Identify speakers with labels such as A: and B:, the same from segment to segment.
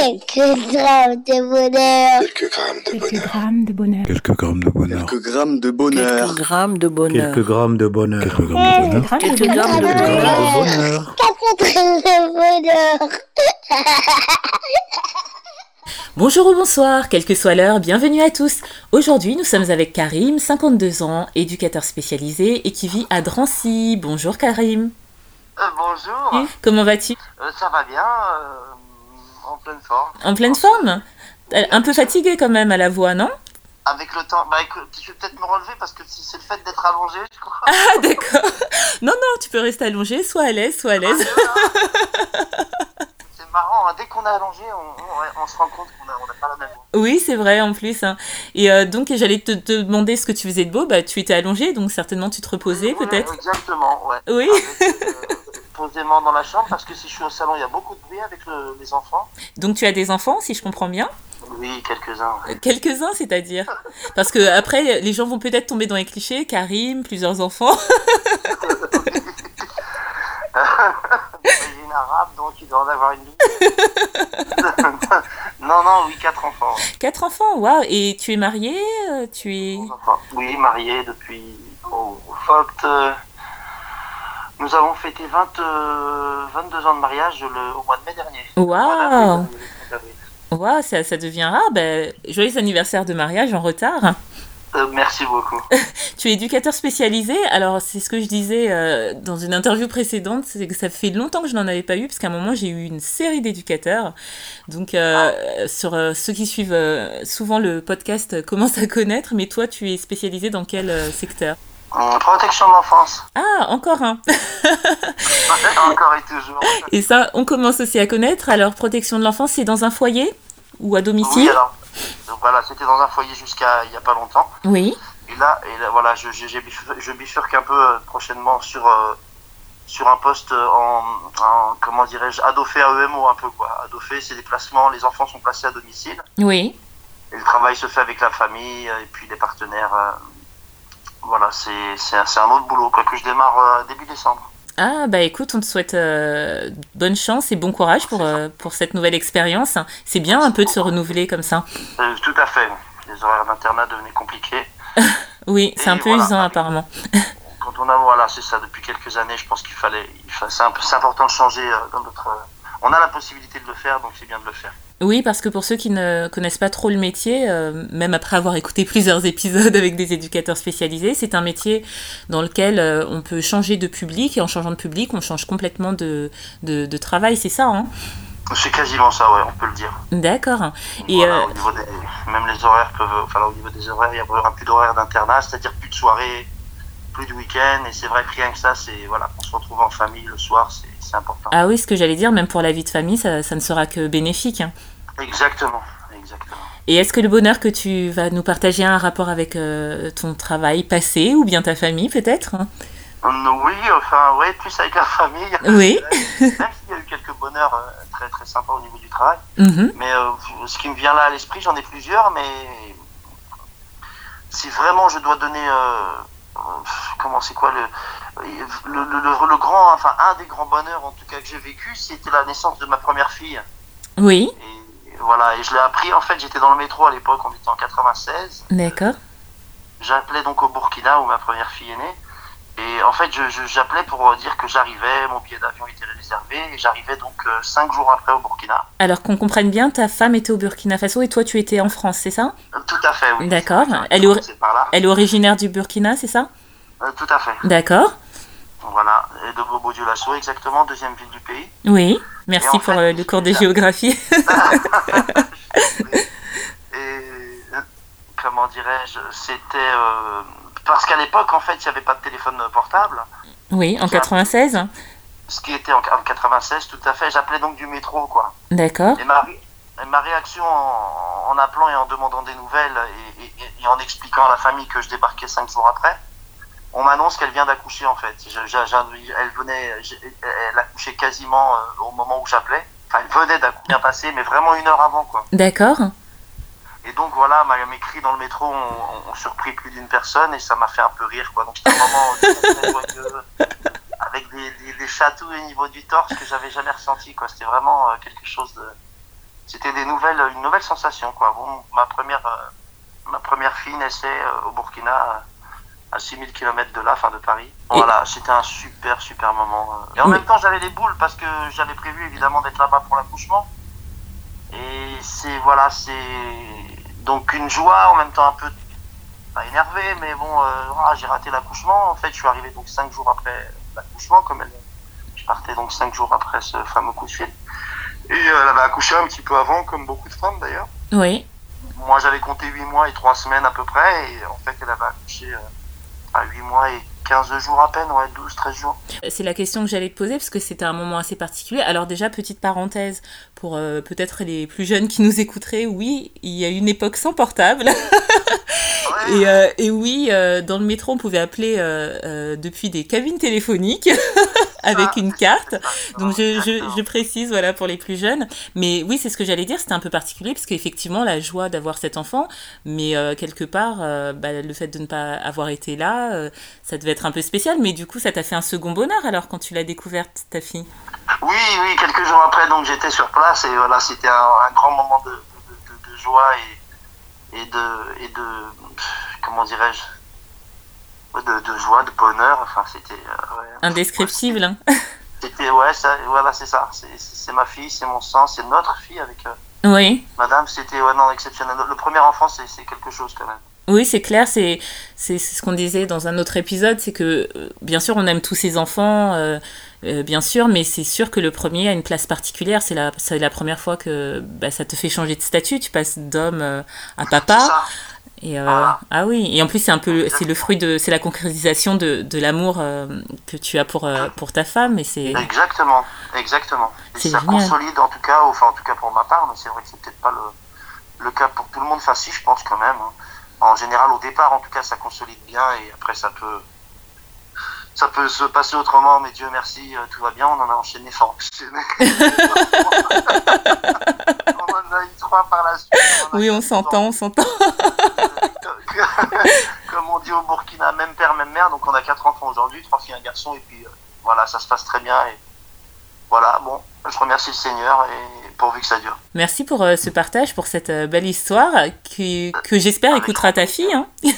A: Quelques grammes de bonheur.
B: Quelques grammes de
C: Quelques
B: bonheur.
C: grammes de bonheur.
D: Quelques grammes de bonheur.
E: Quelques grammes de
F: Quelques
E: bonheur.
F: grammes de bonheur.
G: Quelques grammes de bonheur.
D: Quelques grammes de bonheur.
C: Quelques
F: Quelques grammes
C: grammes de
F: de
C: bonheur.
G: bonheur.
A: Quatre grammes de bonheur.
H: Bonjour ou bonsoir, quelle que soit l'heure, bienvenue à tous. Aujourd'hui, nous sommes avec Karim, 52 ans, éducateur spécialisé et qui vit à Drancy. Bonjour Karim.
I: Euh, bonjour,
H: Comment vas-tu
I: Euh, ça va bien, euh, en pleine forme.
H: En pleine forme Un peu fatigué quand même à la voix, non
I: Avec le temps, bah écoute, je vais peut-être me relever parce que si c'est le fait d'être allongé, je crois.
H: Ah d'accord. Non, non, tu peux rester allongé, soit à l'aise, soit à l'aise.
I: C'est marrant, hein, dès qu'on est allongé, on, on- ouais, on se rend compte qu'on a- on n'a pas la même. voix.
H: Oui, c'est vrai en plus. hein. Et euh, donc j'allais te te demander ce que tu faisais de beau. Bah, tu étais allongé, donc certainement tu te reposais
I: Oui,
H: peut-être.
I: Exactement, ouais.
H: Oui.
I: Avec, euh, posément dans la chambre parce que si je suis au salon, il y a beaucoup de bruit avec le- les enfants.
H: Donc tu as des enfants, si je comprends bien.
I: Oui, quelques-uns. ouais.
H: Quelques-uns, c'est-à-dire. Parce que après, les gens vont peut-être tomber dans les clichés. Karim, plusieurs enfants.
I: Il est arabe, donc il doit en avoir une vie. non, non, oui, quatre enfants. ouais,
H: Quatre enfants, waouh. Et tu es marié euh, Tu es.
I: onze enfants. Oui, marié depuis. Oh, au fait, euh, nous avons fêté 20, euh, 22 ans de mariage le, au mois de mai dernier. Voilà,
H: Waouh
I: oui, oui, oui.
H: Waouh, ça, ça devient rare. Ben, joyeux anniversaire de mariage en retard.
I: Euh, merci beaucoup.
H: Tu es éducateur spécialisé. Alors, c'est ce que je disais euh, dans une interview précédente, c'est que ça fait longtemps que je n'en avais pas eu, parce qu'à un moment, j'ai eu une série d'éducateurs. Donc, euh, sur euh, ceux qui suivent euh, souvent le podcast euh, commencent à connaître, mais toi, tu es spécialisé dans quel euh, secteur
I: Euh, protection de l'enfance.
H: Ah, encore un
I: Encore et toujours.
H: Et ça, on commence aussi à connaître. Alors, protection de l'enfance, c'est dans un foyer ou à
I: Oui,
H: domicile
I: alors. Donc voilà, c'était dans un foyer jusqu'à il n'y a pas longtemps.
H: Oui.
I: Et là, et là, voilà, je, je, j'ai bifur- je bifurque un peu euh, prochainement sur, euh, sur un poste euh, en, en- comment dirais-je, adoffé à EMO un peu quoi. Adoffé, c'est des placements, les enfants sont placés à domicile
H: Oui.
I: et le travail se fait avec la famille euh, et puis les partenaires. euh, voilà, c'est, c'est, un- c'est un autre boulot quoi, que je démarre euh, début décembre.
H: Ah bah écoute, on te souhaite euh, bonne chance et bon courage pour, euh, pour cette nouvelle expérience. C'est bien un peu de se renouveler comme ça.
I: Euh, tout à fait. Les horaires d'internat devenaient compliqués.
H: Oui, c'est
I: Et
H: un peu
I: voilà.
H: usant apparemment.
I: Quand on a, voilà, c'est ça, depuis quelques années, je pense qu'il fallait, il fa- c'est, un peu- c'est important de changer euh, dans notre. euh, on a la possibilité de le faire, donc c'est bien de le faire.
H: Oui, parce que pour ceux qui ne connaissent pas trop le métier, euh, même après avoir écouté plusieurs épisodes avec des éducateurs spécialisés, c'est un métier dans lequel euh, on peut changer de public et en changeant de public, on change complètement de, de, de travail, c'est ça, hein
I: C'est quasiment ça, ouais, on peut le dire.
H: D'accord. Et
I: Voilà,
H: euh,
I: au niveau des- même les horaires peuvent. Enfin, là, au niveau des horaires, il n'y aura plus d'horaires d'internat, c'est-à-dire plus de soirée, plus de week-end. Et c'est vrai que rien que ça, c'est. Voilà, on se retrouve en famille le soir, c'est c'est important.
H: Ah oui, ce que j'allais dire, même pour la vie de famille, ça, ça ne sera que bénéfique. hein.
I: Exactement, exactement.
H: Et est-ce que le bonheur que tu vas nous partager a un rapport avec euh, ton travail passé ou bien ta famille peut-être hein
I: Hum, Oui, enfin, ouais, plus avec la famille.
H: Oui.
I: Même s'il y a eu quelques bonheurs euh, très très sympas au niveau du travail.
H: Mhm.
I: Mais euh, ce qui me vient là à l'esprit, j'en ai plusieurs, mais si vraiment je dois donner, euh, euh, comment c'est quoi le, le, le- le- le grand, enfin un des grands bonheurs en tout cas que j'ai vécu, c'était la naissance de ma première fille.
H: Oui,
I: Et, et voilà, et je l'ai appris. En fait, j'étais dans le métro à l'époque, on était en 96.
H: d'accord.
I: J'appelais donc au Burkina où ma première fille est née. Et en fait, je- je- j'appelais pour euh, dire que j'arrivais, mon billet d'avion était réservé, et j'arrivais donc euh, cinq jours après au Burkina.
H: Alors qu'on comprenne bien, ta femme était au Burkina Faso et toi tu étais en France, c'est ça
I: Euh, Tout à fait, oui.
H: D'accord. Elle est
I: Elle
H: ori-
I: C'est par là.
H: Elle est originaire du Burkina, c'est ça
I: Euh, tout à fait.
H: D'accord.
I: Voilà, et de Bobo Dioulasso, exactement, deuxième ville du pays.
H: Oui, merci
I: Et en
H: pour
I: fait,
H: euh, le cours de
I: ça-
H: géographie.
I: Et euh, comment dirais-je, c'était euh, parce qu'à l'époque, en fait, il n'y avait pas de téléphone portable,
H: Oui, en 96.
I: ce qui était en, en 96, tout à fait. J'appelais donc du métro, quoi.
H: D'accord.
I: Et ma, et ma réaction en, en appelant et en demandant des nouvelles et, et- et en expliquant à la famille que je débarquais cinq jours après, on m'annonce qu'elle vient d'accoucher en fait. Je- je- je- elle venait, j'ai- elle accouchait quasiment euh, au moment où j'appelais. Enfin, elle venait d'accoucher, bien passé, mais vraiment une heure avant quoi.
H: D'accord.
I: Et donc voilà, ma- mes cris dans le métro ont, ont- ont surpris plus d'une personne et ça m'a fait un peu rire quoi. Donc c'était un moment euh, très, très joyeux, avec des, des, des chatouilles au niveau du torse que j'avais jamais ressenti quoi. C'était vraiment euh, quelque chose de, c'était des nouvelles, une nouvelle sensation quoi. Bon, ma première, euh, ma première fille naissait euh, au Burkina, à 6000 km de là, fin de Paris. Voilà, c'était un super super moment. euh. Et en
H: Oui.
I: même temps, j'avais les boules parce que j'avais prévu évidemment d'être là-bas pour l'accouchement. Et c'est voilà, c'est donc une joie en même temps un peu pas énervé, mais bon, euh, ah, j'ai raté l'accouchement. En fait, je suis arrivé donc cinq jours après l'accouchement, comme elle, je partais donc cinq jours après ce fameux coup de fil. Et euh, elle avait accouché un petit peu avant, comme beaucoup de femmes d'ailleurs.
H: Oui.
I: Moi, j'avais compté huit mois et trois semaines à peu près, et en fait, elle avait accouché euh, à huit mois et 15 jours à peine, ouais, 12, 13 jours.
H: C'est la question que j'allais te poser parce que c'était un moment assez particulier. Alors déjà, petite parenthèse pour euh, peut-être les plus jeunes qui nous écouteraient. Oui, il y a une époque sans portable.
I: Ouais,
H: Et, euh, et oui, euh, dans le métro, on pouvait appeler euh, euh, depuis des cabines téléphoniques
I: Ah.
H: avec une carte.
I: exactement,
H: Donc je, je,
I: exactement.
H: je précise, voilà, pour les plus jeunes. Mais oui, c'est ce que j'allais dire, c'était un peu particulier, parce qu'effectivement, la joie d'avoir cet enfant, mais euh, quelque part, euh, bah, le fait de ne pas avoir été là, euh, ça devait être un peu spécial, mais du coup, ça t'a fait un second bonheur, alors, quand tu l'as découverte, ta fille.
I: Oui, oui, quelques jours après, donc j'étais sur place et voilà, c'était un, un grand moment de, de- de- de joie et, et de et de comment dirais-je Ouais, de, de joie, de bonheur. Enfin, c'était euh, ouais.
H: Indescriptible, hein.
I: C'était ouais, ça, voilà, c'est ça. C'est- C'est c'est ma fille, c'est mon sang, c'est notre fille avec euh,
H: Oui.
I: Madame. C'était ouais, non exceptionnel. Le premier enfant, c'est c'est quelque chose quand même.
H: Oui, c'est clair, c'est c'est c'est ce qu'on disait dans un autre épisode, c'est que euh, bien sûr on aime tous ses enfants, euh, euh, bien sûr, mais c'est sûr que le premier a une place particulière. C'est la c'est la première fois que bah, ça te fait changer de statut, tu passes d'homme euh, à
I: C'est
H: papa.
I: ça.
H: Et euh,
I: Voilà.
H: ah oui, et en plus c'est un peu c'est le fruit de c'est la concrétisation de de l'amour euh, que tu as pour euh, pour ta femme et c'est
I: Exactement, exactement. Et
H: C'est
I: ça
H: génial.
I: consolide en tout cas, enfin en tout cas pour ma part, mais c'est vrai que c'est peut-être pas le, le cas pour tout le monde. Enfin si, je pense quand même. hein. En général, au départ, en tout cas, ça consolide bien et après ça peut ça peut se passer autrement. Mais Dieu merci, euh, tout va bien. On en a enchaîné fort. on en a eu trois par la suite. en a eu
H: oui, on
I: trois.
H: s'entend, on s'entend.
I: Comme on dit au Burkina, même père, même mère. Donc on a quatre enfants aujourd'hui, trois filles, un garçon. Et puis euh, voilà, ça se passe très bien. Et voilà, bon, je remercie le Seigneur et pourvu que ça dure.
H: Merci pour euh, ce partage, pour cette euh, belle histoire que, que j'espère écoutera ta fille. hein.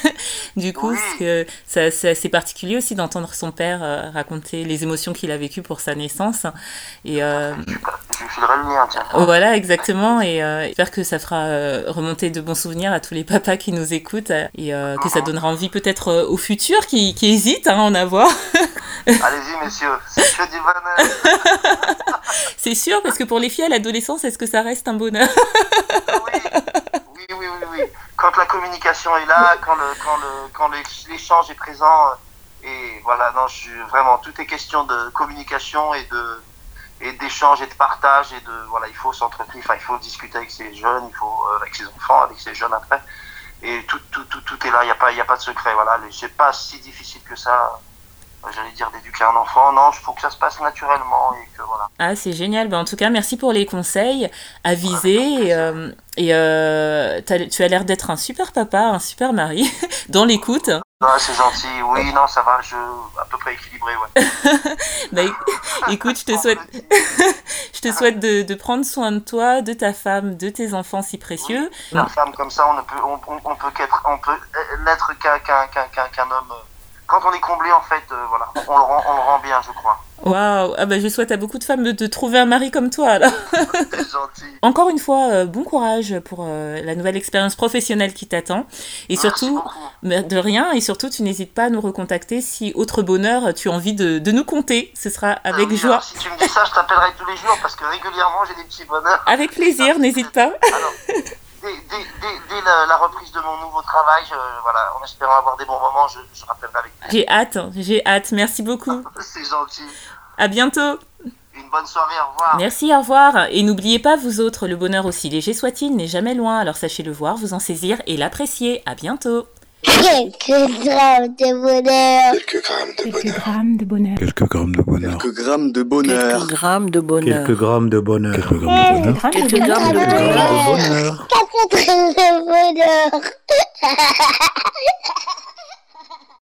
H: du coup,
I: Oui.
H: parce que ça, ça- c'est particulier aussi d'entendre son père euh, raconter les émotions qu'il a vécues pour sa naissance. Et euh,
I: Je je lui filerai le lien, tiens.
H: voilà, exactement. Et euh, j'espère que ça fera euh, remonter de bons souvenirs à tous les papas qui nous écoutent euh, et euh, que ça donnera envie peut-être euh, aux futurs qui, qui hésitent hein, à en avoir.
I: Allez-y, messieurs, c'est que du bonheur.
H: C'est sûr, parce que pour les filles à l'adolescence, est-ce que ça reste un bonheur
I: Oui, oui, oui, oui, oui. Quand la communication est là, quand le, quand le, quand l'é- l'échange est présent, euh, et voilà, non, je suis vraiment, tout est question de communication et de, et d'échange et de partage et de, voilà, il faut s'entretenir, enfin, il faut discuter avec ses jeunes, il faut, euh, avec ses enfants, avec ses jeunes après. Et tout, tout, tout, tout est là, il n'y a pas, il y a pas de secret, voilà, les- c'est pas si difficile que ça. euh, J'allais dire d'éduquer un enfant, non, il faut que ça se passe naturellement et que voilà.
H: Ah, c'est génial. Ben, en tout cas, merci pour les conseils avisés. Et, euh, et, euh, t'as- tu as l'air d'être un super papa, un super mari, dans l'écoute.
I: Ah, c'est gentil, oui, non, ça va, je, à peu près équilibré, ouais.
H: Ben, é- écoute, je te souhaite, je te souhaite de, de prendre soin de toi, de ta femme, de tes enfants si précieux.
I: Une femme comme ça, on ne peut, on, on- on peut qu'être, on peut n'être qu'un qu'un qu'un qu'un- qu'un homme. euh, Quand on est comblé, en fait, euh, voilà, on le rend, on le rend bien, je crois.
H: Waouh. Ah, ben, je souhaite à beaucoup de femmes de, de trouver un mari comme toi. alors.
I: C'est gentil.
H: Encore une fois, euh, bon courage pour euh, la nouvelle expérience professionnelle qui t'attend. Et
I: Merci
H: surtout,
I: beaucoup.
H: Mais De rien, et surtout, tu n'hésites pas à nous recontacter si, autre bonheur, tu as envie de, de nous compter. Ce sera avec
I: Ah Bah Oui,
H: joie.
I: alors, si tu me dis ça, je t'appellerai tous les jours parce que régulièrement, j'ai des petits bonheurs.
H: Avec plaisir, n'hésite pas.
I: Alors, dès, dès, dès, dès la, la reprise de mon nouveau travail, je- voilà, en espérant avoir des bons moments, je, je rappellerai avec
H: J'ai hâte, j'ai hâte. Merci beaucoup.
I: C'est gentil.
H: À bientôt.
I: Une bonne soirée, au revoir.
H: Merci, au revoir. Et n'oubliez pas, vous autres, le bonheur aussi léger soit-il n'est jamais loin. Alors sachez le voir, vous en saisir et l'apprécier. À bientôt.
A: Quelques drames de bonheur.
B: Quelques grammes de
C: Quelques
B: bonheur.
C: grammes de bonheur.
G: Quelques grammes de bonheur.
D: Quelques grammes de bonheur.
E: Quelques grammes de bonheur.
G: Quelques grammes de bonheur. Quelques
A: grammes de
C: Grammes de bonheur.
E: Quelques grammes de
A: bonheur.
G: grammes de bonheur.
A: Quatre drames de bonheur.